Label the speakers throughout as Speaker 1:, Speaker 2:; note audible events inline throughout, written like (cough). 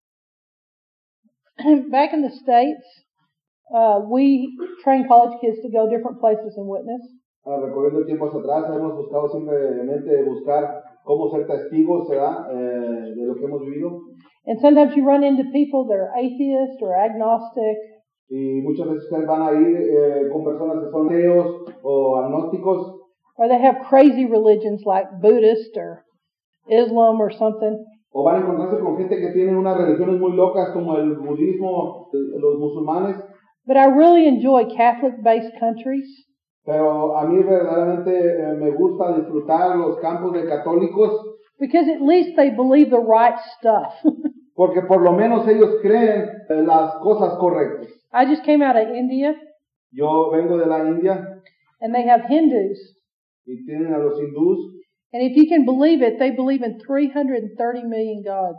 Speaker 1: (laughs) back in the States, uh, we train college kids to go different places and witness.
Speaker 2: Ah, recorriendo tiempos atrás, hemos buscado simplemente buscar cómo ser testigos ¿verdad? Eh, de lo que hemos vivido.
Speaker 1: And sometimes you run into people that are atheist or agnostic,
Speaker 2: Y muchas veces ustedes van a ir eh, con personas que son ateos o agnósticos
Speaker 1: or they have crazy religions like Buddhist or Islam or something.
Speaker 2: o van a encontrarse con gente que tiene unas religiones muy locas como el budismo, el- los musulmanes.
Speaker 1: But I really enjoy Catholic based countries
Speaker 2: Pero a mí verdaderamente eh, me gusta disfrutar los campos de católicos
Speaker 1: because at least they believe the right stuff. (laughs)
Speaker 2: porque por lo menos ellos creen eh, las cosas correctas.
Speaker 1: I just came out of India
Speaker 2: Yo vengo de la India
Speaker 1: and they have Hindus.
Speaker 2: y tienen a los hindús
Speaker 1: And if you can believe it, they believe in 330 million gods.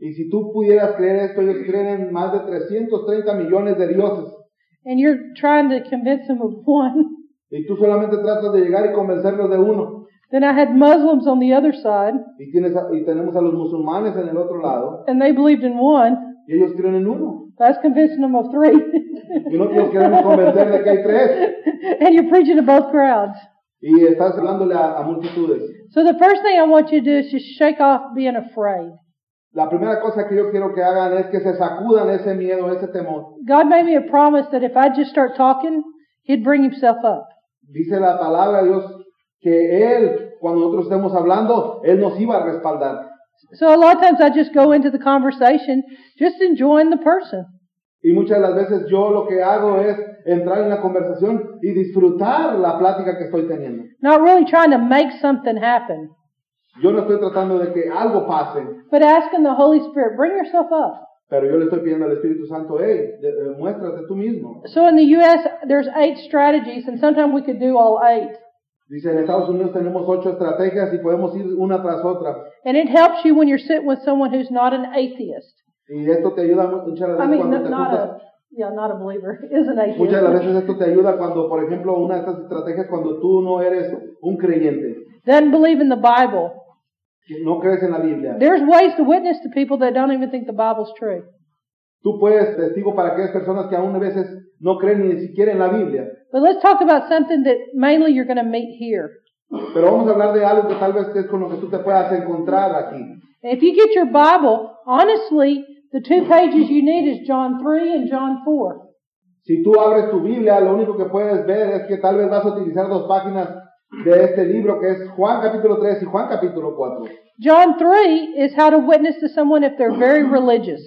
Speaker 2: y si tú pudieras creer esto, ellos creen en más de 330 millones de dioses
Speaker 1: And you're trying to convince them of one. (laughs)
Speaker 2: y tú solamente tratas de llegar y convencerlos de uno.
Speaker 1: Then I had Muslims on the other side
Speaker 2: y, tienes a- y tenemos a los musulmanes en el otro lado,
Speaker 1: and they believed in one.
Speaker 2: y ellos creen en uno.
Speaker 1: But I was convincing them of three. (laughs)
Speaker 2: Y nosotros queremos convencer de que hay tres,
Speaker 1: and you're preaching to both crowds.
Speaker 2: y estás hablándole a, a multitudes.
Speaker 1: So the first thing I want you to do is just shake off being afraid.
Speaker 2: La primera cosa que yo quiero que hagan es que se sacudan ese miedo, ese temor.
Speaker 1: God made me a promise that if I just start talking, He'd bring Himself up.
Speaker 2: Dice la palabra de Dios que Él, cuando nosotros estemos hablando, Él nos iba a respaldar.
Speaker 1: So a lot of times I just go into the conversation just enjoying the person.
Speaker 2: Y muchas de las veces yo lo que hago es entrar en la conversación y disfrutar la plática que estoy teniendo.
Speaker 1: Not really trying to make something happen,
Speaker 2: Yo no estoy tratando de que algo pase,
Speaker 1: but asking the Holy Spirit, bring yourself up.
Speaker 2: pero yo le estoy pidiendo al Espíritu Santo, hey, de- eh, muéstrate tú mismo.
Speaker 1: So in the U.S., there's eight strategies, and sometimes we could do all eight.
Speaker 2: Dice, en Estados Unidos tenemos ocho estrategias y podemos ir una tras otra.
Speaker 1: And it helps you when you're sitting with someone who's not an atheist.
Speaker 2: Y esto te ayuda mu- muchas de las
Speaker 1: I
Speaker 2: veces
Speaker 1: mean,
Speaker 2: cuando
Speaker 1: not,
Speaker 2: te
Speaker 1: not a
Speaker 2: juntas.
Speaker 1: yeah, not a believer (laughs) is an atheist.
Speaker 2: Muchas de las veces esto te ayuda cuando, por ejemplo, una de estas estrategias cuando tú no eres un creyente,
Speaker 1: Doesn't believe in the Bible.
Speaker 2: que no crees en la Biblia.
Speaker 1: There's ways to witness to people that don't even think the Bible's true.
Speaker 2: Tú puedes testigo para aquellas personas que aún a veces no creen ni siquiera en la Biblia.
Speaker 1: But let's talk about something that mainly you're going to meet here.
Speaker 2: Pero vamos a hablar de algo que tal vez es con lo que tú te puedas encontrar aquí.
Speaker 1: And if you get your Bible, honestly, the two pages you need is John 3 and John 4.
Speaker 2: Si tú abres tu Biblia, lo único que puedes ver es que tal vez vas a utilizar dos páginas de este libro que es Juan capítulo 3 y Juan capítulo 4.
Speaker 1: John 3 is how to witness to someone if they're very religious.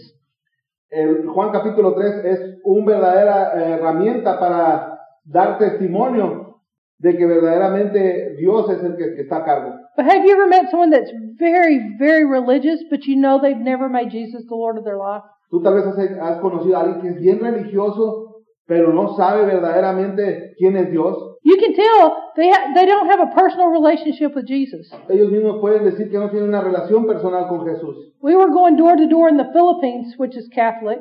Speaker 2: El Juan capítulo 3 es una verdadera eh, herramienta para dar testimonio de que verdaderamente Dios es el que, que está a cargo.
Speaker 1: But have you ever met someone that's very, very religious, but you know they've never made Jesus the Lord of their life?
Speaker 2: Tú tal vez has, has conocido a alguien que es bien religioso, pero no sabe verdaderamente quién es Dios.
Speaker 1: You can tell they ha- they don't have a personal relationship with Jesus.
Speaker 2: Ellos mismos pueden decir que no tienen una relación personal con Jesús.
Speaker 1: We were going door to door in the Philippines, which is Catholic,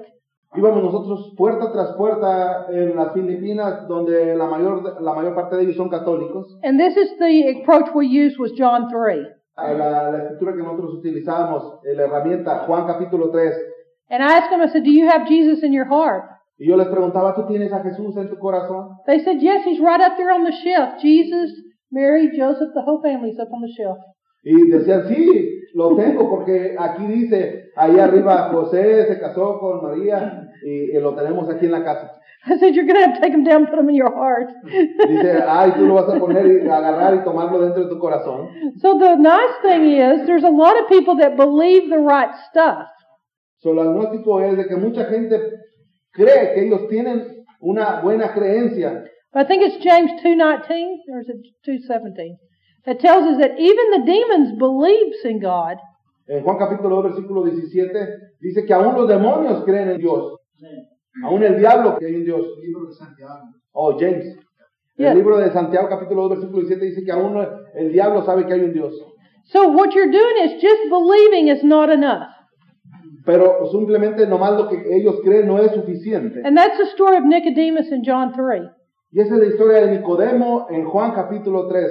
Speaker 2: Íbamos nosotros puerta tras puerta en las Filipinas, donde la mayor, la mayor parte de ellos son católicos.
Speaker 1: and this is the approach we used was John three.
Speaker 2: La, la escritura que nosotros utilizábamos, eh, la herramienta Juan capítulo 3,
Speaker 1: And I asked them, I said, "Do you have Jesus in your heart?"
Speaker 2: Y yo les preguntaba, ¿tú tienes a Jesús en tu corazón?
Speaker 1: They said, "Yes, he's right up there on the shelf. Jesus, Mary, Joseph, the whole family's up on the shelf." (laughs)
Speaker 2: Y decían, sí, lo tengo, porque aquí dice, ahí arriba José se casó con María y, y lo tenemos aquí en la casa.
Speaker 1: I said, "You're going to have to take him down, and put him in your heart." (laughs)
Speaker 2: Dice, ay, tú lo vas a poner y agarrar y tomarlo dentro de tu corazón.
Speaker 1: so the nice thing is, there's a lot of people that believe the right stuff.
Speaker 2: So, lo agnóstico es de que mucha gente cree que ellos tienen una buena creencia.
Speaker 1: I think it's James 2.19, or is it 2.17, that tells us that even the demons believes in God.
Speaker 2: En Juan capítulo 2, versículo 17, dice que aún los demonios creen en Dios. Aún el diablo cree en Dios. El libro de Santiago. Oh, James.
Speaker 1: Yeah.
Speaker 2: El libro de Santiago capítulo 2, versículo 17 dice que aún el diablo sabe que hay un Dios.
Speaker 1: So what you're doing is just believing is not enough.
Speaker 2: Pero simplemente nomás lo que ellos creen no es suficiente.
Speaker 1: And that's the story of Nicodemus in John 3.
Speaker 2: Y esa es la historia de Nicodemo en Juan capítulo 3.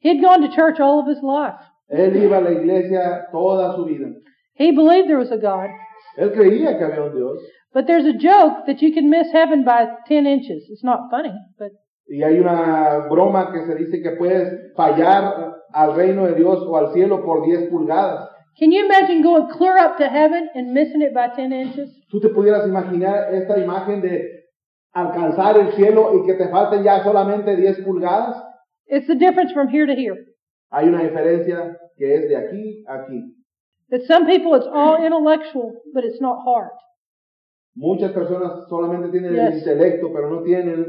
Speaker 1: He'd gone to church all of his life.
Speaker 2: Él iba a la iglesia toda su vida.
Speaker 1: He believed there was a God.
Speaker 2: Él creía que había un Dios.
Speaker 1: But there's a joke that you can miss heaven by 10 inches. It's not funny, but
Speaker 2: Y hay una broma que se dice que puedes fallar al reino de Dios o al cielo por 10 pulgadas.
Speaker 1: can you imagine going clear up to heaven and missing it by 10 inches?
Speaker 2: Tú te pudieras imaginar esta imagen de alcanzar el cielo y que te falten ya solamente 10 pulgadas.
Speaker 1: It's the difference from here to here.
Speaker 2: Hay una diferencia que es de aquí a aquí.
Speaker 1: That some people it's all intellectual, but it's not heart.
Speaker 2: Muchas personas solamente tienen el
Speaker 1: Yes.
Speaker 2: intelecto, pero no tienen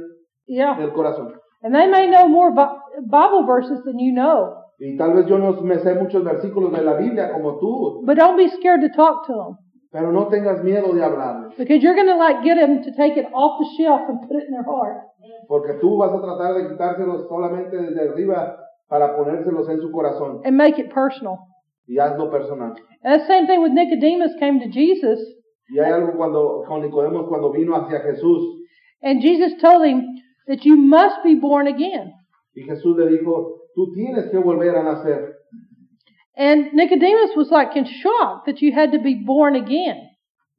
Speaker 1: Yeah.
Speaker 2: el corazón.
Speaker 1: And they may know more Bi- Bible verses than you know,
Speaker 2: Y tal vez yo no me sé muchos versículos de la Biblia como tú,
Speaker 1: but don't be scared to talk to them
Speaker 2: pero no tengas miedo de hablarles,
Speaker 1: because you're going to like get them to take it off the shelf and put it in their heart.
Speaker 2: porque tú vas a tratar de quitárselos solamente desde arriba para ponérselos en su corazón
Speaker 1: and make it personal.
Speaker 2: y hazlo personal.
Speaker 1: And the same thing with Nicodemus came to Jesus,
Speaker 2: Y hay algo cuando con Nicodemos cuando vino hacia Jesús
Speaker 1: and Jesus told him that you must be born again.
Speaker 2: y Jesús le dijo, tú tienes que volver a nacer.
Speaker 1: And Nicodemus was like in shock that you had to be born again.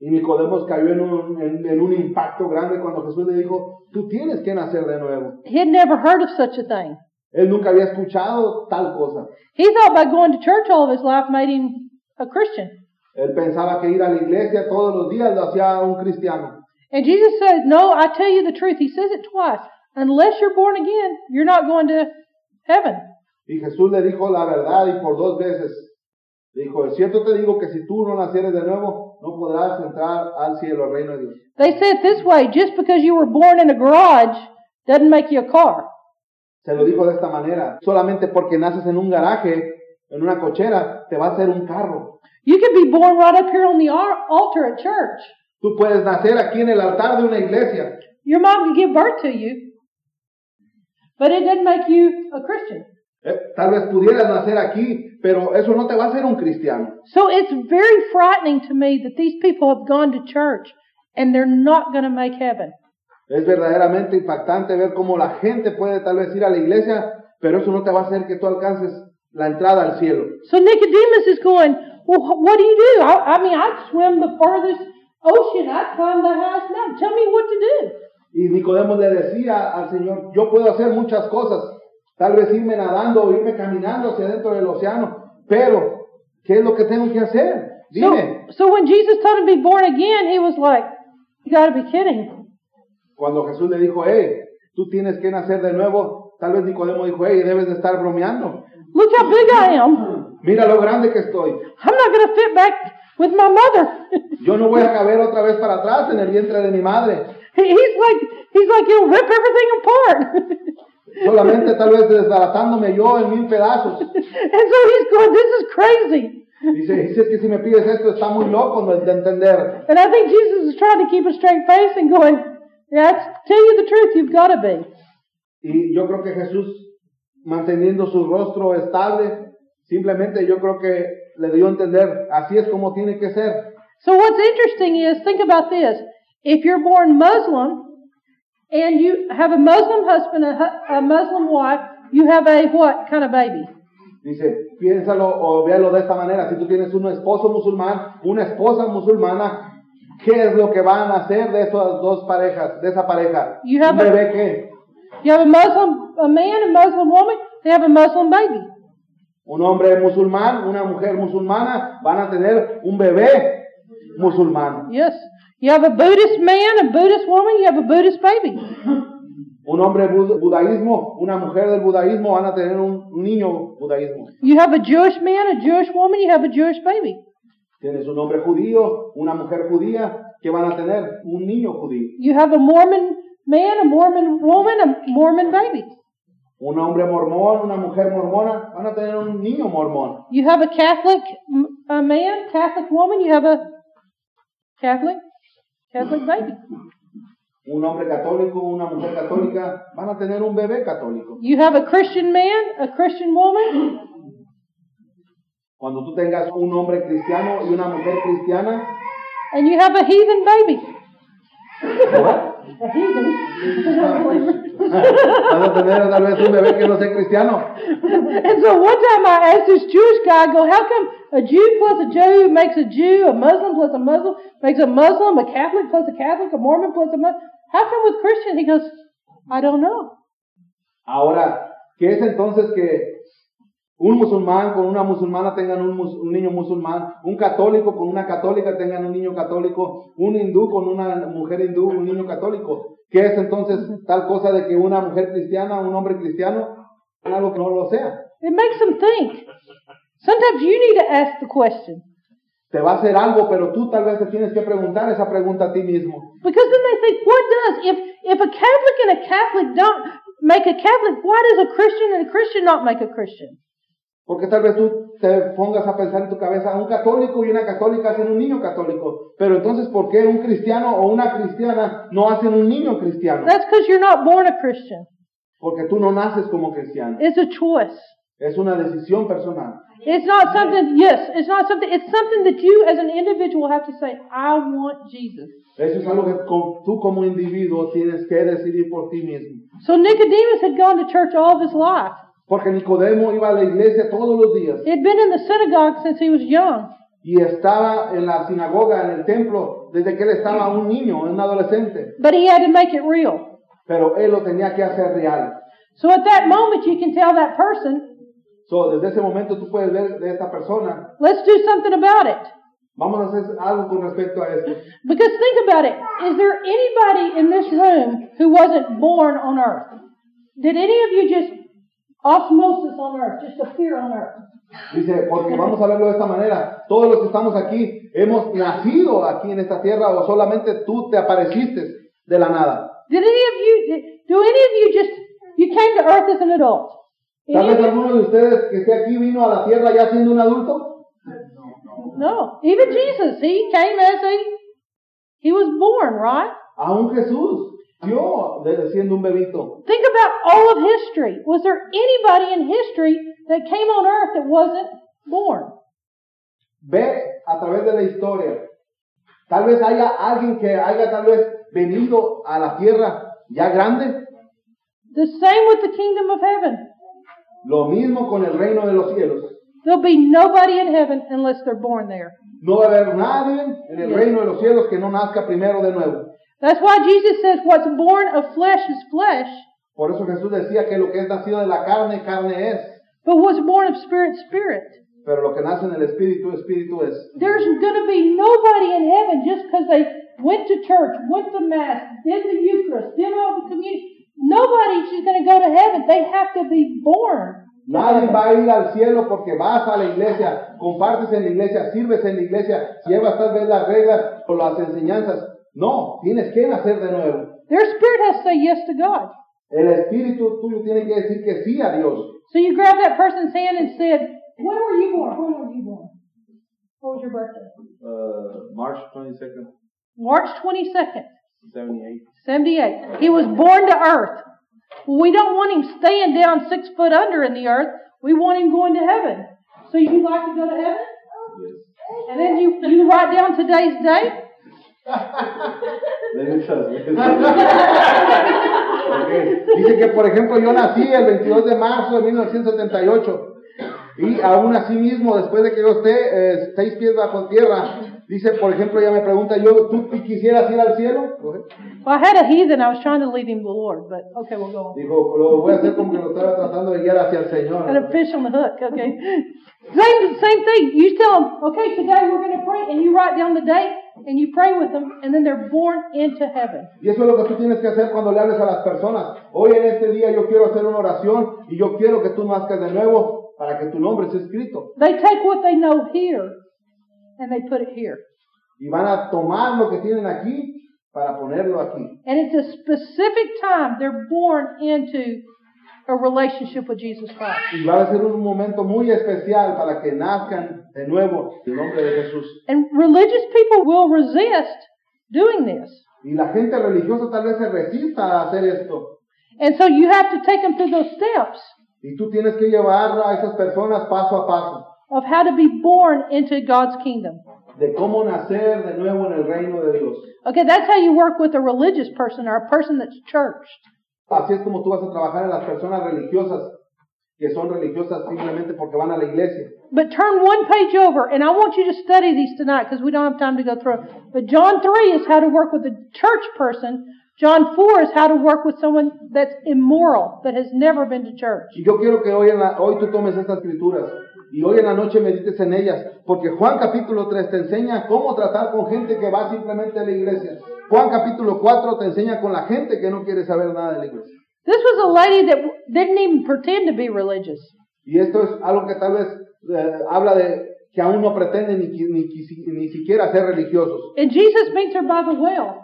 Speaker 2: Y Nicodemos cayó en un, en- en un impacto grande cuando Jesús le dijo, tú tienes que nacer de nuevo.
Speaker 1: He had never heard of such a thing.
Speaker 2: Él nunca había escuchado tal cosa.
Speaker 1: He thought by going to church all of his life made him a Christian.
Speaker 2: Él pensaba que ir a la iglesia todos los días lo hacía un cristiano.
Speaker 1: And Jesus said, No, I tell you the truth. He says it twice. Unless you're born again, you're not going to heaven.
Speaker 2: Y Jesús le dijo la verdad y por dos veces le dijo, es cierto te digo que si tú no nacieres de nuevo, no podrás entrar al cielo, al reino de Dios.
Speaker 1: They say it this way just because you were born in a garage doesn't make you a car.
Speaker 2: Se lo dijo de esta manera, solamente porque naces en un garaje, en una cochera, te va a hacer un carro.
Speaker 1: You could be born right up here on the ar- altar at church.
Speaker 2: Tú puedes nacer aquí en el altar de una iglesia,
Speaker 1: Your mom could give birth to you, but it doesn't make you a Christian.
Speaker 2: Eh, Tal vez pudieras nacer aquí, pero eso no te va a hacer un cristiano.
Speaker 1: So it's very frightening to me that these people have gone to church and they're not going to make heaven.
Speaker 2: Es verdaderamente impactante ver cómo la gente puede tal vez ir a la iglesia, pero eso no te va a hacer que tú alcances la entrada al cielo.
Speaker 1: So Nicodemus is going, Well, wh- what do you do? I, I mean, I'd swim the furthest ocean, I'd climb the highest mountain. Tell me what to do.
Speaker 2: Y Nicodemo le decía al Señor, yo puedo hacer muchas cosas, tal vez irme nadando o irme caminando hacia dentro del océano, pero ¿qué es lo que tengo que hacer? Dime.
Speaker 1: So, so when Jesus told him to be born again, he was like, You got to be kidding.
Speaker 2: Cuando Jesús le dijo, hey, tú tienes que nacer de nuevo, tal vez Nicodemo dijo, hey, debes de estar bromeando.
Speaker 1: Look how big I am.
Speaker 2: Mira lo grande que estoy.
Speaker 1: I'm not going to fit back with my mother. (laughs)
Speaker 2: Yo no voy a caber otra vez para atrás en el vientre de mi madre.
Speaker 1: he's like, he's like, he'll rip everything apart. (laughs)
Speaker 2: Solamente tal vez desbaratándome yo en mil pedazos.
Speaker 1: and so he's going, this is crazy.
Speaker 2: Dice, dice que si me pides esto está muy loco no es de entender.
Speaker 1: And I think Jesus is trying to keep a straight face and going, that's, tell you the truth, you've got to be.
Speaker 2: Y yo creo que Jesús, manteniendo su rostro estable, simplemente yo creo que le dio a entender, así es como tiene que ser.
Speaker 1: So what's interesting is, think about this. If you're born Muslim and you have a Muslim husband, a, hu- a Muslim wife, you have a what kind of baby?
Speaker 2: Dice, piénsalo o véalo de esta manera. Si tú tienes un esposo musulmán, una esposa musulmana, ¿qué es lo que van a hacer de esas dos parejas, de esa pareja?
Speaker 1: You have
Speaker 2: ¿Un
Speaker 1: a-
Speaker 2: bebé qué?
Speaker 1: You have a Muslim, a man, a Muslim woman, they have a Muslim baby.
Speaker 2: Un hombre musulmán, una mujer musulmana van a tener un bebé musulmán.
Speaker 1: Yes. You have a Buddhist man, a Buddhist woman, you have a Buddhist baby.
Speaker 2: Un hombre bud- budaísmo, una mujer del budaísmo van a tener un niño budaísmo.
Speaker 1: You have a Jewish man, a Jewish woman, you have a Jewish baby.
Speaker 2: Tienes un hombre judío, una mujer judía que van a tener un niño judío.
Speaker 1: You have a Mormon man, a Mormon woman, a Mormon baby.
Speaker 2: Un hombre mormón, una mujer mormona van a tener un niño mormón.
Speaker 1: You have a Catholic m- a man, Catholic woman, you have a Catholic, Catholic baby.
Speaker 2: Un hombre católico, una mujer católica van a tener un bebé católico.
Speaker 1: You have a Christian man, a Christian woman,
Speaker 2: Cuando tú tengas un hombre cristiano y una mujer cristiana,
Speaker 1: and
Speaker 2: (laughs)
Speaker 1: you have a heathen baby. a heathen.
Speaker 2: Vas a tener tal vez un bebé que no sea cristiano.
Speaker 1: (laughs) And so one time I asked this Jewish guy, I go, how come a Jew plus a Jew makes a Jew, a Muslim plus a Muslim makes a Muslim, a Catholic plus a Catholic, a Mormon plus a Muslim? How come with Christian? He goes, I don't know.
Speaker 2: Ahora, ¿qué es entonces que un musulmán con una musulmana tengan un, mus- un niño musulmán, un católico con una católica tengan un niño católico, un hindú con una mujer hindú, un niño católico? ¿Qué es entonces tal cosa de que una mujer cristiana, un hombre cristiano, algo que no lo sea?
Speaker 1: It makes them think. Sometimes you need to ask the question
Speaker 2: Te va a hacer algo, pero tú tal vez te tienes que preguntar esa pregunta a ti mismo.
Speaker 1: because then they think, what does if if a Catholic and a Catholic don't make a Catholic, why does a Christian and a Christian not make a Christian?
Speaker 2: Porque tal vez tú te pongas a pensar en tu cabeza, un católico y una católica hacen un niño católico. Pero entonces, ¿por qué un cristiano o una cristiana no hacen un niño cristiano?
Speaker 1: That's because you're not born a Christian.
Speaker 2: Porque tú no naces como cristiano.
Speaker 1: It's a choice.
Speaker 2: Es una decisión personal.
Speaker 1: It's not something. Yes, it's not something. It's something that you as an individual have to say, I want Jesus.
Speaker 2: Eso es algo que co- tú como individuo tienes que decidir por ti mismo.
Speaker 1: So Nicodemus had gone to church all of his life.
Speaker 2: Porque Nicodemo iba a la iglesia todos los días
Speaker 1: He had been in the synagogue since he was young.
Speaker 2: y estaba en la sinagoga, en el templo, desde que él estaba un niño, un adolescente.
Speaker 1: But he had to make it real.
Speaker 2: Pero él lo tenía que hacer real.
Speaker 1: So at that moment, you can tell that person,
Speaker 2: So, desde ese momento tú puedes ver de esta persona.
Speaker 1: let's do something about it.
Speaker 2: Vamos a hacer algo con respecto a esto.
Speaker 1: Because think about it. Is there anybody in this room who wasn't born on earth? Did any of you just osmosis on earth, just appear on earth?
Speaker 2: Dice, porque vamos a verlo de esta manera. Todos los que estamos aquí hemos nacido aquí en esta tierra o solamente tú te apareciste de la nada.
Speaker 1: Did any of you, did, do any of you just, you came to earth as an adult?
Speaker 2: Tal
Speaker 1: Any of
Speaker 2: vez
Speaker 1: you?
Speaker 2: alguno de ustedes que esté aquí vino a la tierra ya siendo un adulto.
Speaker 1: No. Even Jesus, he came as a, he was born, right?
Speaker 2: Aún Jesús nació desde siendo un bebito.
Speaker 1: Think about all of history. Was there anybody in history that came on earth that wasn't born?
Speaker 2: Ve a través de la historia. Tal vez haya alguien que haya tal vez venido a la tierra ya grande.
Speaker 1: The same with the kingdom of heaven.
Speaker 2: Lo mismo con el reino de los cielos.
Speaker 1: There'll be nobody in heaven unless they're born there.
Speaker 2: No va a haber nadie en el reino de los cielos que no nazca primero de nuevo.
Speaker 1: That's why Jesus says, What's born of flesh is flesh,
Speaker 2: Por eso Jesús decía que lo que es nacido de la carne, carne es,
Speaker 1: but what's born of spirit, spirit.
Speaker 2: pero lo que nace en el espíritu, espíritu es.
Speaker 1: There's going to be nobody in heaven just because they went to church, went to Mass, did the Eucharist, did all the communion. Nobody's just going to go to heaven. They have to be born.
Speaker 2: Nadie va a ir al cielo porque vas a la iglesia, compartes en la iglesia, sirves en la iglesia, llevas tal vez las reglas o las enseñanzas. No, tienes que nacer de nuevo.
Speaker 1: Their spirit has to say yes to God.
Speaker 2: El espíritu tuyo tiene que decir que sí a Dios.
Speaker 1: So you grabbed that person's hand and said, When were you born? When were you born? What was your birthday?
Speaker 2: March 22nd,
Speaker 1: March 22nd.
Speaker 2: 78.
Speaker 1: 78. He was born to earth. We don't want him staying down six foot under in the earth. We want him going to heaven. So you like to go to heaven? And then you, you write down today's date?
Speaker 2: Ok. Dice que, por ejemplo, yo nací el 22 de marzo de 1978 y aún así mismo, después de que yo esté eh, seis pies bajo tierra, dice, por ejemplo, ella me pregunta, yo, ¿tú qui- quisieras ir al cielo? Ok.
Speaker 1: Well, I had a heathen. I was trying to lead him to the Lord, but okay, we'll go on.
Speaker 2: Dijo, lo voy a hacer como que lo estaba tratando de guiar hacia el Señor.
Speaker 1: Got a fish on the hook, okay. (laughs) Same, same thing. You tell them, okay, today we're going to pray, and you write down the date, and you pray with them, and then they're born into heaven.
Speaker 2: Y eso es lo que tú tienes que hacer cuando le hables a las personas. Hoy en este día yo quiero hacer una oración y yo quiero que tú nazcas de nuevo para que tu nombre sea escrito.
Speaker 1: They take what they know here, and they put it here.
Speaker 2: y van a tomar lo que tienen aquí para ponerlo aquí.
Speaker 1: And it's a specific time they're born into a relationship with Jesus Christ.
Speaker 2: Y va a ser un momento muy especial para que nazcan de nuevo en el nombre de Jesús.
Speaker 1: And religious people will resist doing this.
Speaker 2: Y la gente religiosa tal vez se resista a hacer esto.
Speaker 1: And so you have to take them through those steps
Speaker 2: Y tú tienes que llevar a esas personas paso a paso
Speaker 1: of how to be born into God's kingdom.
Speaker 2: de cómo nacer de nuevo en el reino de Dios.
Speaker 1: Okay, that's how you work with a religious person or a person that's churched.
Speaker 2: Así es como tú vas a trabajar en las personas religiosas que son religiosas simplemente porque van a la iglesia.
Speaker 1: But turn one page over, and I want you to study these tonight because we don't have time to go through. 'em. But John 3 is how to work with a church person. John 4 is how to work with someone that's immoral, that has never been to church.
Speaker 2: Y yo quiero que hoy, en la- hoy tú tomes estas escrituras y hoy en la noche medites en ellas, porque Juan capítulo 3 te enseña cómo tratar con gente que va simplemente a la iglesia. Juan capítulo 4 te enseña con la gente que no quiere saber nada de la iglesia.
Speaker 1: This was a lady that w- didn't even pretend to be religious.
Speaker 2: Y esto es algo que tal vez eh, habla de que aún no pretenden ni, qui- ni, quisi- ni siquiera ser religiosos.
Speaker 1: And Jesus meets her by the well,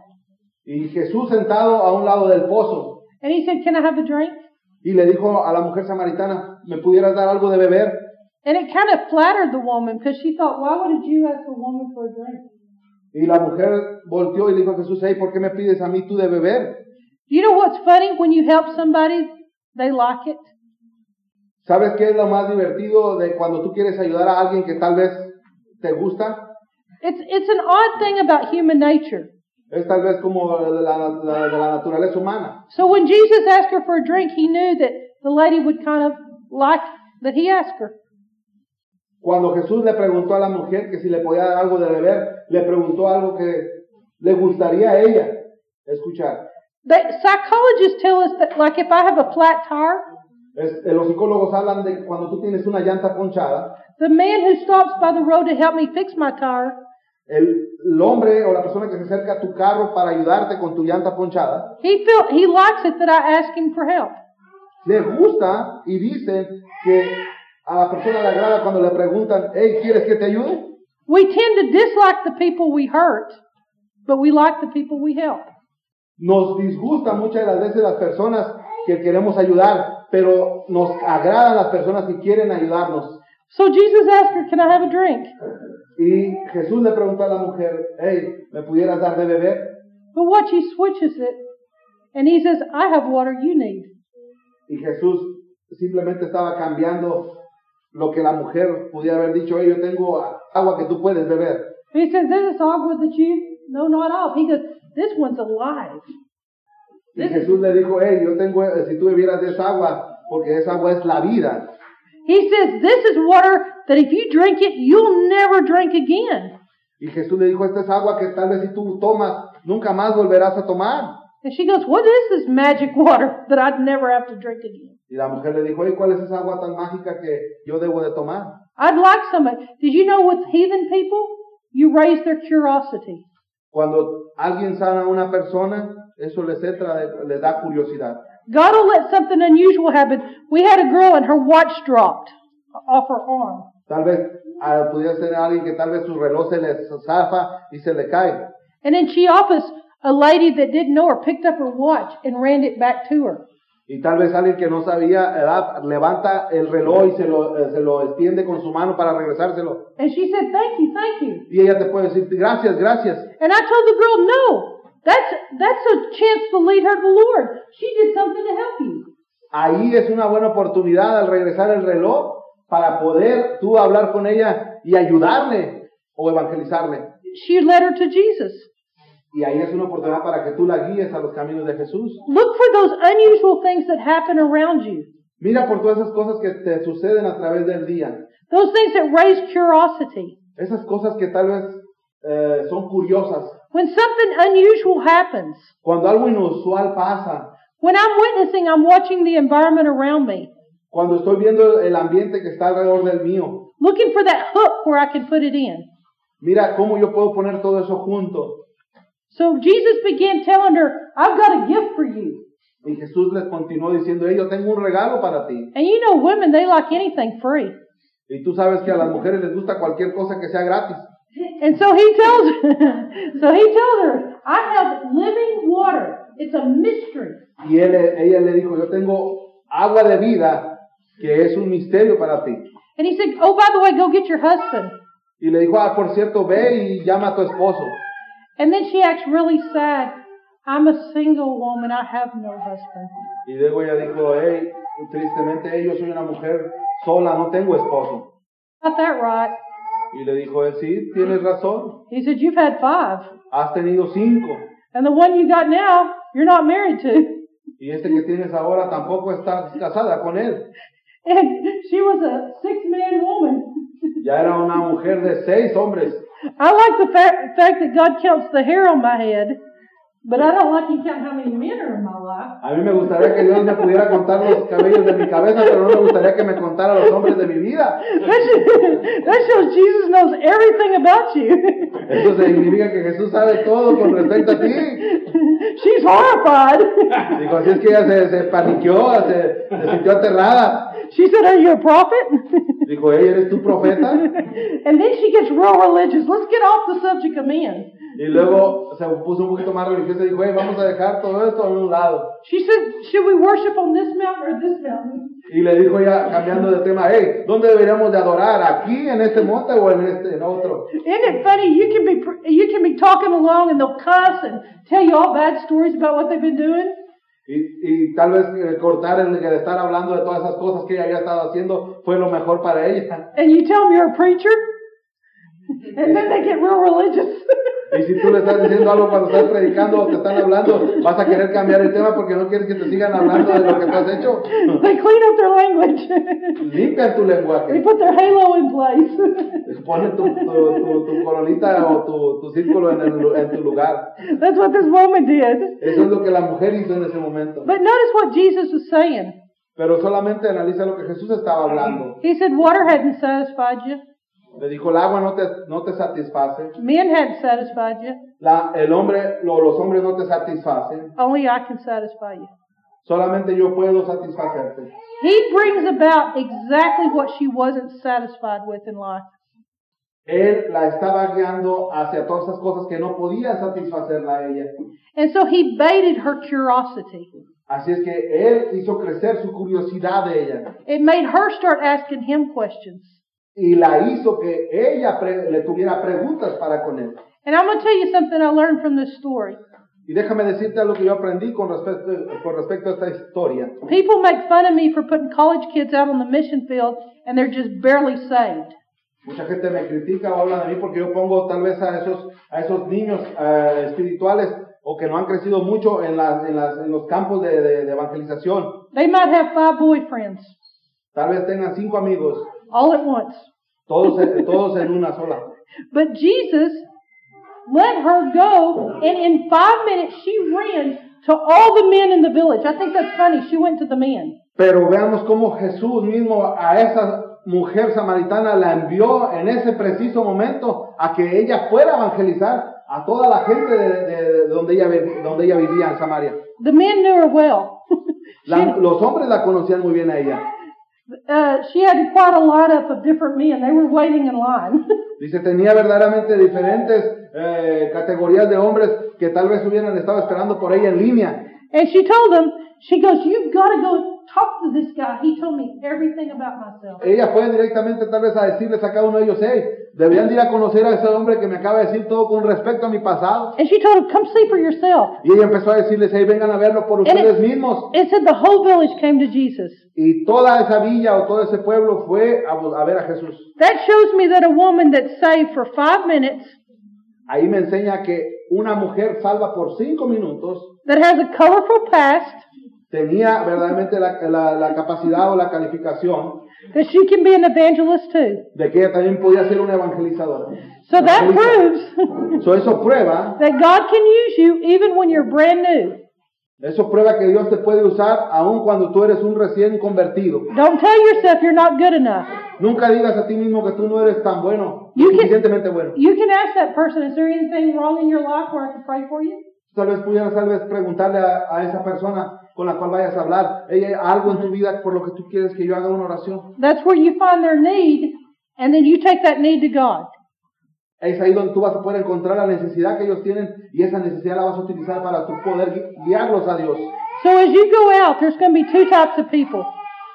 Speaker 2: Y Jesús sentado a un lado del pozo
Speaker 1: and he said, Can I have a drink?
Speaker 2: y le dijo a la mujer samaritana, ¿me pudieras dar algo de beber?
Speaker 1: And it kind of flattered the woman because she thought, Why would a Jew ask a woman for a drink?
Speaker 2: Y la mujer volteó y le dijo a Jesús, hey, ¿por qué me pides a mí tú de beber?
Speaker 1: You know what's funny? When you help somebody, they like it.
Speaker 2: ¿Sabes qué es lo más divertido de cuando tú quieres ayudar a alguien que tal vez te gusta?
Speaker 1: It's, it's an odd thing about human nature.
Speaker 2: Es tal vez como de la, la- de la naturaleza humana.
Speaker 1: So when Jesus asked her for a drink, he knew that the lady would kind of like that he asked her.
Speaker 2: Cuando Jesús le preguntó a la mujer que si le podía dar algo de beber, le preguntó algo que le gustaría a ella escuchar.
Speaker 1: They, psychologists tell us that, like, if I have a flat tire,
Speaker 2: Es- eh, los psicólogos hablan de cuando tú tienes una llanta ponchada,
Speaker 1: the man who stops by the road to help me fix my tire
Speaker 2: el, el hombre o la persona que se acerca a tu carro para ayudarte con tu llanta ponchada,
Speaker 1: He felt he likes it that I ask him for help.
Speaker 2: les gusta y dicen que a la persona le agrada cuando le preguntan, hey, ¿quieres que te ayude?
Speaker 1: We tend to dislike the people we hurt, but we like the people we help.
Speaker 2: Nos disgusta muchas de las veces las personas que queremos ayudar, pero nos agradan las personas que quieren ayudarnos.
Speaker 1: So Jesus asked her, "Can I have a drink?"
Speaker 2: Y Jesús le preguntó a la mujer, hey, ¿me pudieras dar de beber?
Speaker 1: But what she switches it, and he says, "I have water you need."
Speaker 2: Y Jesús simplemente estaba cambiando lo que la mujer pudiera haber dicho, hey, yo tengo agua que tú puedes beber.
Speaker 1: He says, "This is agua that you no, not of." He goes, "This one's alive."
Speaker 2: Y Jesús le dijo, hey, yo tengo, si tú bebieras de esa agua, porque esa agua es la vida.
Speaker 1: He says, "This is water that if you drink it, you'll never drink again."
Speaker 2: Y Jesús le dijo, esta es agua que tal vez si tú tomas, nunca más volverás a tomar.
Speaker 1: And she goes, "What is this magic (laughs) water that I'd never have to drink again?"
Speaker 2: Y la mujer le dijo, ¿y cuál es esa agua tan mágica que yo debo de tomar?
Speaker 1: I'd like somebody. Did you know with heathen people, you raise their curiosity.
Speaker 2: Cuando alguien sana a una persona, eso les entra, de- les da curiosidad.
Speaker 1: God will let something unusual happen. We had a girl and her watch dropped off her arm.
Speaker 2: Tal vez ah, pudiera ser alguien que tal vez su reloj se le zafa y se le cae.
Speaker 1: And in Chiapas, a lady that didn't know her picked up her watch and ran it back to her.
Speaker 2: Y tal vez alguien que no sabía, eh, ah, levanta el reloj y se lo, eh, se lo extiende con su mano para regresárselo.
Speaker 1: And she said, Thank you, thank you.
Speaker 2: Y ella te puede decir, gracias, gracias.
Speaker 1: And I told the girl, No, that's that's a chance to lead her to the Lord. She did something to help you.
Speaker 2: Ahí es una buena oportunidad al regresar el reloj para poder tú hablar con ella y ayudarle o evangelizarle.
Speaker 1: She led her to Jesus.
Speaker 2: Y ahí es una oportunidad para que tú la guíes a los caminos de Jesús.
Speaker 1: Look for those unusual things that happen around you.
Speaker 2: Mira por todas esas cosas que te suceden a través del día.
Speaker 1: Those things that raise curiosity.
Speaker 2: Esas cosas que tal vez eh, son curiosas.
Speaker 1: When something unusual happens,
Speaker 2: Cuando algo inusual pasa,
Speaker 1: when I'm witnessing, I'm watching the environment around me,
Speaker 2: cuando estoy viendo el ambiente que está alrededor del mío,
Speaker 1: looking for that hook where I can put it in.
Speaker 2: mira cómo yo puedo poner todo eso junto.
Speaker 1: So Jesus began telling her, I've got a gift for you.
Speaker 2: Y Jesús les continuó diciendo, hey, yo tengo un regalo para ti.
Speaker 1: And you know, women, they like anything free.
Speaker 2: Y tú sabes que a las mujeres les gusta cualquier cosa que sea gratis.
Speaker 1: And so he tells (laughs) so he tells her, I have living water. It's a mystery.
Speaker 2: Y él, ella le dijo, yo tengo agua de vida que es un misterio para ti.
Speaker 1: And he said, Oh, by the way, go get your husband.
Speaker 2: Y le dijo, ah, por cierto, ve y llama a tu esposo.
Speaker 1: And then she acts really sad. I'm a single woman. I have no husband.
Speaker 2: Y luego ella dijo, hey, tristemente, hey, yo soy una mujer sola, no tengo esposo.
Speaker 1: Got that right.
Speaker 2: Y le dijo él, sí, tienes razón,
Speaker 1: He said, You've had five.
Speaker 2: has tenido cinco.
Speaker 1: And the one you got now, you're not married to. (laughs)
Speaker 2: Y este que tienes ahora tampoco está casada con él.
Speaker 1: And she was a six man woman. (laughs)
Speaker 2: Ya era una mujer de seis hombres.
Speaker 1: I like the fa- fact that God counts the hair on my head, but I don't like Him counting how many men are in my life.
Speaker 2: A mí me gustaría que Dios me pudiera contar los cabellos de mi cabeza, pero no me gustaría que me contara los hombres de mi vida.
Speaker 1: That, should, that shows Jesus knows everything about you.
Speaker 2: Eso significa que Jesús sabe todo con respecto a ti.
Speaker 1: She's horrified.
Speaker 2: Dijo, así es que ella se, se paniqueó, se, se sintió aterrada.
Speaker 1: She said, Are you a prophet?
Speaker 2: Dijo, ella ¿eres tú profeta?
Speaker 1: and then she gets real religious. Let's get off the subject of men.
Speaker 2: Y luego se puso un poquito más religiosa y dijo, "Hey, vamos a dejar todo esto a un lado.
Speaker 1: She said, Should we worship on this mountain or this mountain?
Speaker 2: Y le dijo ya, cambiando de tema, hey, ¿dónde deberíamos de adorar? ¿Aquí, en este monte o en este, en otro?
Speaker 1: Isn't it funny? You can be pr- you can be talking along and they'll cuss and tell you all bad stories about what they've been doing.
Speaker 2: Y, y tal vez eh, cortar el el estar hablando de todas esas cosas que ella había estado haciendo fue lo mejor para ella.
Speaker 1: And you tell them you're a preacher, and then they get real religious. (laughs)
Speaker 2: Y si tú le estás diciendo algo cuando estás predicando o te están hablando, vas a querer cambiar el tema porque no quieres que te sigan hablando de lo que tú has hecho.
Speaker 1: they clean up their language. (laughs)
Speaker 2: Limpia tu
Speaker 1: they
Speaker 2: lenguaje.
Speaker 1: put their halo in place. (laughs)
Speaker 2: Pone tu, tu, tu, tu coronita o tu, tu círculo en, el lu- en tu lugar.
Speaker 1: That's what this woman did.
Speaker 2: Eso es lo que la mujer hizo en ese momento.
Speaker 1: But notice what Jesus was saying.
Speaker 2: Pero solamente analiza lo que Jesús estaba hablando.
Speaker 1: He said water hadn't satisfied you,
Speaker 2: Le dijo, el agua no te, no te satisface.
Speaker 1: men hadn't satisfied you.
Speaker 2: La, el hombre, lo- los hombres no te satisfacen.
Speaker 1: Only I can satisfy you.
Speaker 2: Solamente yo puedo satisfacerte.
Speaker 1: He brings about exactly what she wasn't satisfied with in life.
Speaker 2: Él la estaba guiando hacia todas esas cosas que no podía satisfacerla a ella.
Speaker 1: And so he baited her curiosity.
Speaker 2: Así es que él hizo crecer su curiosidad de ella
Speaker 1: It made her start asking him questions.
Speaker 2: y la hizo que ella pre- le tuviera preguntas para con él.
Speaker 1: And I'm going to tell you something I learned from this story.
Speaker 2: Y déjame decirte lo que yo aprendí con respecto, con respecto a esta historia.
Speaker 1: People make fun of me for putting college kids out on the mission field and they're just barely saved.
Speaker 2: Mucha gente me critica o habla de mí porque yo pongo tal vez a esos, a esos niños eh, espirituales o que no han crecido mucho en, las- en las- en los campos de, de- de evangelización.
Speaker 1: They might have five boyfriends
Speaker 2: Tal vez tengan cinco amigos,
Speaker 1: all at once.
Speaker 2: todos, en- todos en una sola.
Speaker 1: But Jesus let her go and in five minutes she ran to all the men in the village. I think that's funny. She went to the men.
Speaker 2: Pero veamos cómo Jesús mismo a esa mujer samaritana la envió en ese preciso momento a que ella fuera a evangelizar a toda la gente de, de- de donde, ella, vi- donde ella vivía en Samaria.
Speaker 1: The men knew her well. (laughs)
Speaker 2: La- los hombres la conocían muy bien a ella.
Speaker 1: Uh, she had quite a lineup of different men. They were waiting in line. (laughs)
Speaker 2: Dice, tenía verdaderamente diferentes eh, categorías de hombres que tal vez hubieran estado esperando por ella en línea.
Speaker 1: and she told them, she goes, You've got to go talk to this guy. He told me everything about myself.
Speaker 2: Ella fue directamente tal vez a decirles a cada uno de ellos, hey, deberían de ir a conocer a ese hombre que me acaba de decir todo con respecto a mi pasado.
Speaker 1: And she told him, Come see for yourself.
Speaker 2: Y ella empezó a decirles, hey, vengan a verlo por
Speaker 1: Eres-
Speaker 2: ustedes mismos.
Speaker 1: It said the whole village came to Jesus.
Speaker 2: Y toda esa villa o todo ese pueblo fue a, bu- a ver a Jesús.
Speaker 1: That shows me that a woman that's saved for five minutes,
Speaker 2: Ahí me enseña que una mujer salva por cinco minutos
Speaker 1: that has a colorful past,
Speaker 2: tenía verdaderamente la- la- la capacidad o la calificación
Speaker 1: that she can be an evangelist too.
Speaker 2: de que ella también podía ser una evangelizadora.
Speaker 1: So that
Speaker 2: Evangelista.
Speaker 1: proves (laughs)
Speaker 2: So, eso prueba,
Speaker 1: that God can use you even when you're brand new.
Speaker 2: eso prueba que Dios te puede usar aun cuando tú eres un recién convertido.
Speaker 1: Don't tell yourself you're not good enough.
Speaker 2: Nunca digas a ti mismo que tú no eres tan bueno,
Speaker 1: You can-
Speaker 2: suficientemente bueno.
Speaker 1: You can ask that person, is there anything wrong in your life where I can pray for you?
Speaker 2: Tal vez pudieras tal vez preguntarle a, a esa persona con la cual vayas a hablar, "Hey, hay algo en tu vida por lo que tú quieres que yo haga una oración.
Speaker 1: That's where you find their need, and then you take that need to God.
Speaker 2: Es ahí donde tú vas a poder encontrar la necesidad que ellos tienen y esa necesidad la vas a utilizar para tú poder gui- guiarlos a Dios.
Speaker 1: So as you go out, there's going to be two types of people.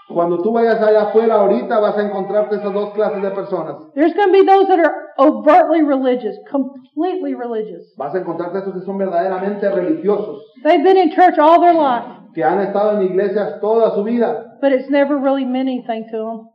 Speaker 2: Cuando tú vayas allá afuera ahorita vas a encontrarte esas dos clases de personas.
Speaker 1: There's going to be those that are overtly religious, completely religious.
Speaker 2: Vas a encontrarte esos que son verdaderamente religiosos,
Speaker 1: They've been in church all their life,
Speaker 2: que han estado en iglesias toda su vida,
Speaker 1: but it's never really meant anything to them.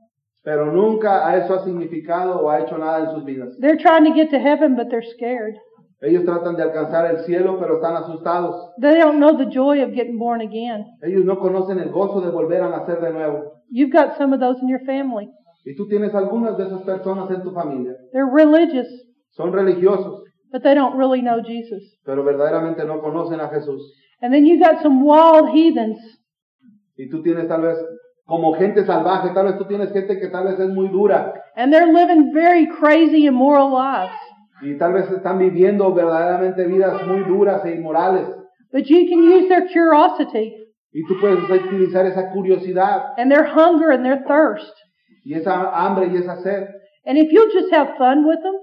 Speaker 2: pero nunca a eso ha significado o ha hecho nada en sus vidas.
Speaker 1: They're trying to get to heaven, but they're scared.
Speaker 2: Ellos tratan de alcanzar el cielo, pero están asustados.
Speaker 1: They don't know the joy of getting born again.
Speaker 2: Ellos no conocen el gozo de volver a nacer de nuevo.
Speaker 1: You've got some of those in your family.
Speaker 2: Y tú tienes algunas de esas personas en tu familia.
Speaker 1: They're religious,
Speaker 2: Son religiosos,
Speaker 1: but they don't really know Jesus.
Speaker 2: pero verdaderamente no conocen a Jesús.
Speaker 1: And then you've got some wild heathens.
Speaker 2: Y tú tienes tal vez como gente salvaje, tal vez tú tienes gente que tal vez es muy dura
Speaker 1: And they're living very crazy, immoral lives.
Speaker 2: y tal vez están viviendo verdaderamente vidas muy duras e inmorales.
Speaker 1: But you can use their curiosity
Speaker 2: Y tú puedes utilizar esa curiosidad
Speaker 1: and their hunger and their thirst.
Speaker 2: y esa hambre y esa sed.
Speaker 1: And if you'll just have fun with them,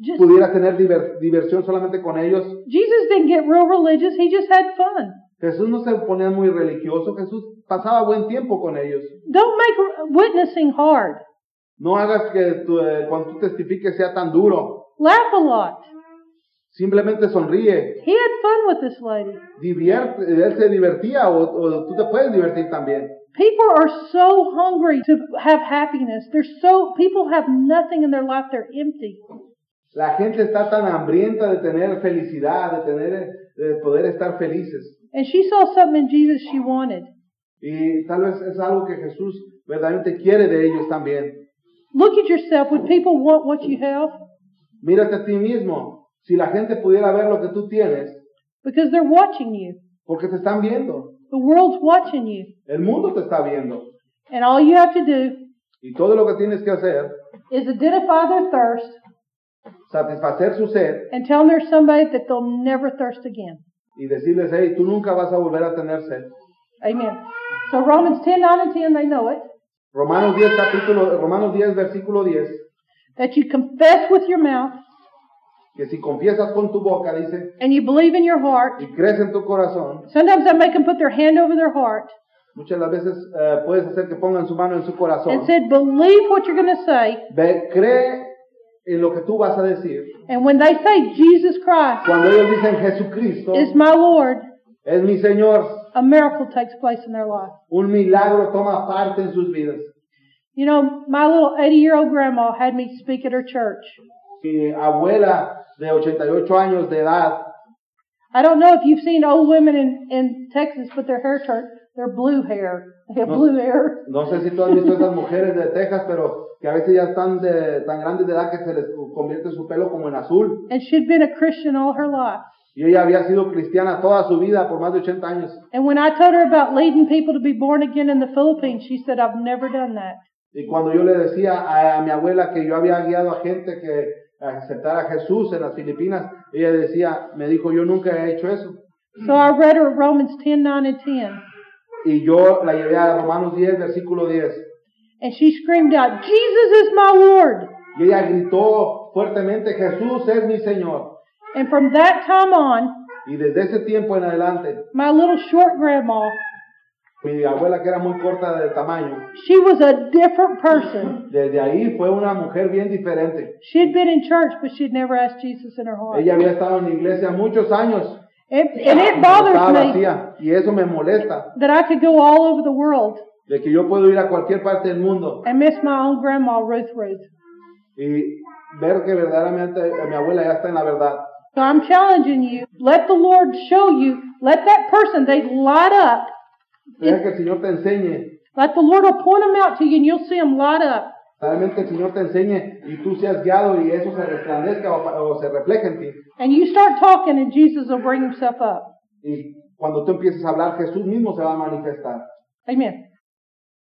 Speaker 1: just,
Speaker 2: Pudiera tener diver- diversión solamente con ellos.
Speaker 1: Jesus didn't get real religious, he just had fun.
Speaker 2: Jesús no se ponía muy religioso, Jesús pasaba buen tiempo con ellos.
Speaker 1: Don't make witnessing hard.
Speaker 2: No hagas que tu, eh, cuando tú testifiques sea tan duro.
Speaker 1: Laugh a lot.
Speaker 2: Simplemente sonríe.
Speaker 1: He had fun with this lady.
Speaker 2: Divierte, él se divertía o, o tú te puedes divertir también.
Speaker 1: People are so hungry to have happiness. They're so people have nothing in their life. They're empty.
Speaker 2: La gente está tan hambrienta de tener felicidad, de tener, de poder estar felices.
Speaker 1: And she saw something in Jesus she wanted.
Speaker 2: Y tal vez es algo que Jesús verdaderamente quiere de ellos también.
Speaker 1: Look at yourself. Would people want what you have?
Speaker 2: Mírate a ti mismo. Si la gente pudiera ver lo que tú tienes,
Speaker 1: Because they're watching you.
Speaker 2: porque te están viendo.
Speaker 1: The world's watching you.
Speaker 2: El mundo te está viendo.
Speaker 1: And all you have to do
Speaker 2: Y todo lo que tienes que hacer,
Speaker 1: is identify their thirst
Speaker 2: satisfacer su sed
Speaker 1: and tell them there's somebody that they'll never thirst again.
Speaker 2: y decirles, hey, tú nunca vas a volver a tener sed.
Speaker 1: Amen. So Romans 10, 9 and 10, they know it.
Speaker 2: Romanos 10, capítulo, Romanos 10, versículo 10,
Speaker 1: That you confess with your mouth
Speaker 2: que si confiesas con tu boca, dice,
Speaker 1: and you believe in your heart.
Speaker 2: y crees en tu corazón,
Speaker 1: Sometimes I make them put their hand over their heart
Speaker 2: muchas de las veces eh, puedes hacer que pongan su mano en su
Speaker 1: and
Speaker 2: corazón.
Speaker 1: said, believe what you're going to say.
Speaker 2: Ve- cree en lo que tú vas a decir.
Speaker 1: And when they say Jesus Christ
Speaker 2: Cuando ellos dicen Jesucristo
Speaker 1: is my Lord,
Speaker 2: es mi Señor,
Speaker 1: a miracle takes place in their life.
Speaker 2: un milagro toma parte en sus vidas.
Speaker 1: You know, my little 80 year old grandma had me speak at her church.
Speaker 2: Mi abuela de 88 años de edad
Speaker 1: I don't know if you've seen old women in, in Texas, but their hair turned, their blue hair. They have
Speaker 2: No.
Speaker 1: blue hair.
Speaker 2: No sé si tú has visto esas mujeres de Texas, pero que a veces ya están de, tan grandes de edad que se les convierte su pelo como en azul.
Speaker 1: And she'd been a Christian all her life.
Speaker 2: Y ella había sido cristiana toda su vida, por más de 80 años.
Speaker 1: And when I told her about leading people to be born again in the Philippines, she said, I've never done that.
Speaker 2: Y cuando yo le decía a, mi abuela que yo había guiado a gente que aceptara a Jesús en las Filipinas, ella decía, me dijo, yo nunca he hecho eso.
Speaker 1: So I read her Romans 10, 9 and 10.
Speaker 2: Y yo la llevé a Romanos 10, versículo 10.
Speaker 1: And she screamed out, Jesus is my Lord.
Speaker 2: Y ella gritó fuertemente, Jesús es mi Señor.
Speaker 1: And from that time on,
Speaker 2: Y desde ese tiempo en adelante,
Speaker 1: my little short grandma,
Speaker 2: mi abuela que era muy corta de tamaño,
Speaker 1: she was a different person.
Speaker 2: Desde ahí fue una mujer bien diferente.
Speaker 1: She'd been in church, but she'd never asked Jesus in her heart.
Speaker 2: Ella había estado en la iglesia muchos años,
Speaker 1: It, and it
Speaker 2: pero estaba
Speaker 1: bothers me
Speaker 2: vacía y eso me molesta,
Speaker 1: that I could go all over the world
Speaker 2: de que yo puedo ir a cualquier parte del mundo
Speaker 1: and miss my own grandma, Ruth Ruth.
Speaker 2: y ver que verdaderamente eh, mi abuela ya está en la verdad.
Speaker 1: So I'm challenging you. Let the Lord show you. Let that person, they light up.
Speaker 2: Deja que el Señor te enseñe,
Speaker 1: Let the Lord will point them out to you and you'll see them light up.
Speaker 2: realmente el Señor te enseñe y tú seas guiado y eso se resplandezca o, o se refleje en ti.
Speaker 1: And you start talking and Jesus will bring himself up.
Speaker 2: Y cuando tú empieces a hablar, Jesús mismo se va a manifestar.
Speaker 1: Amen.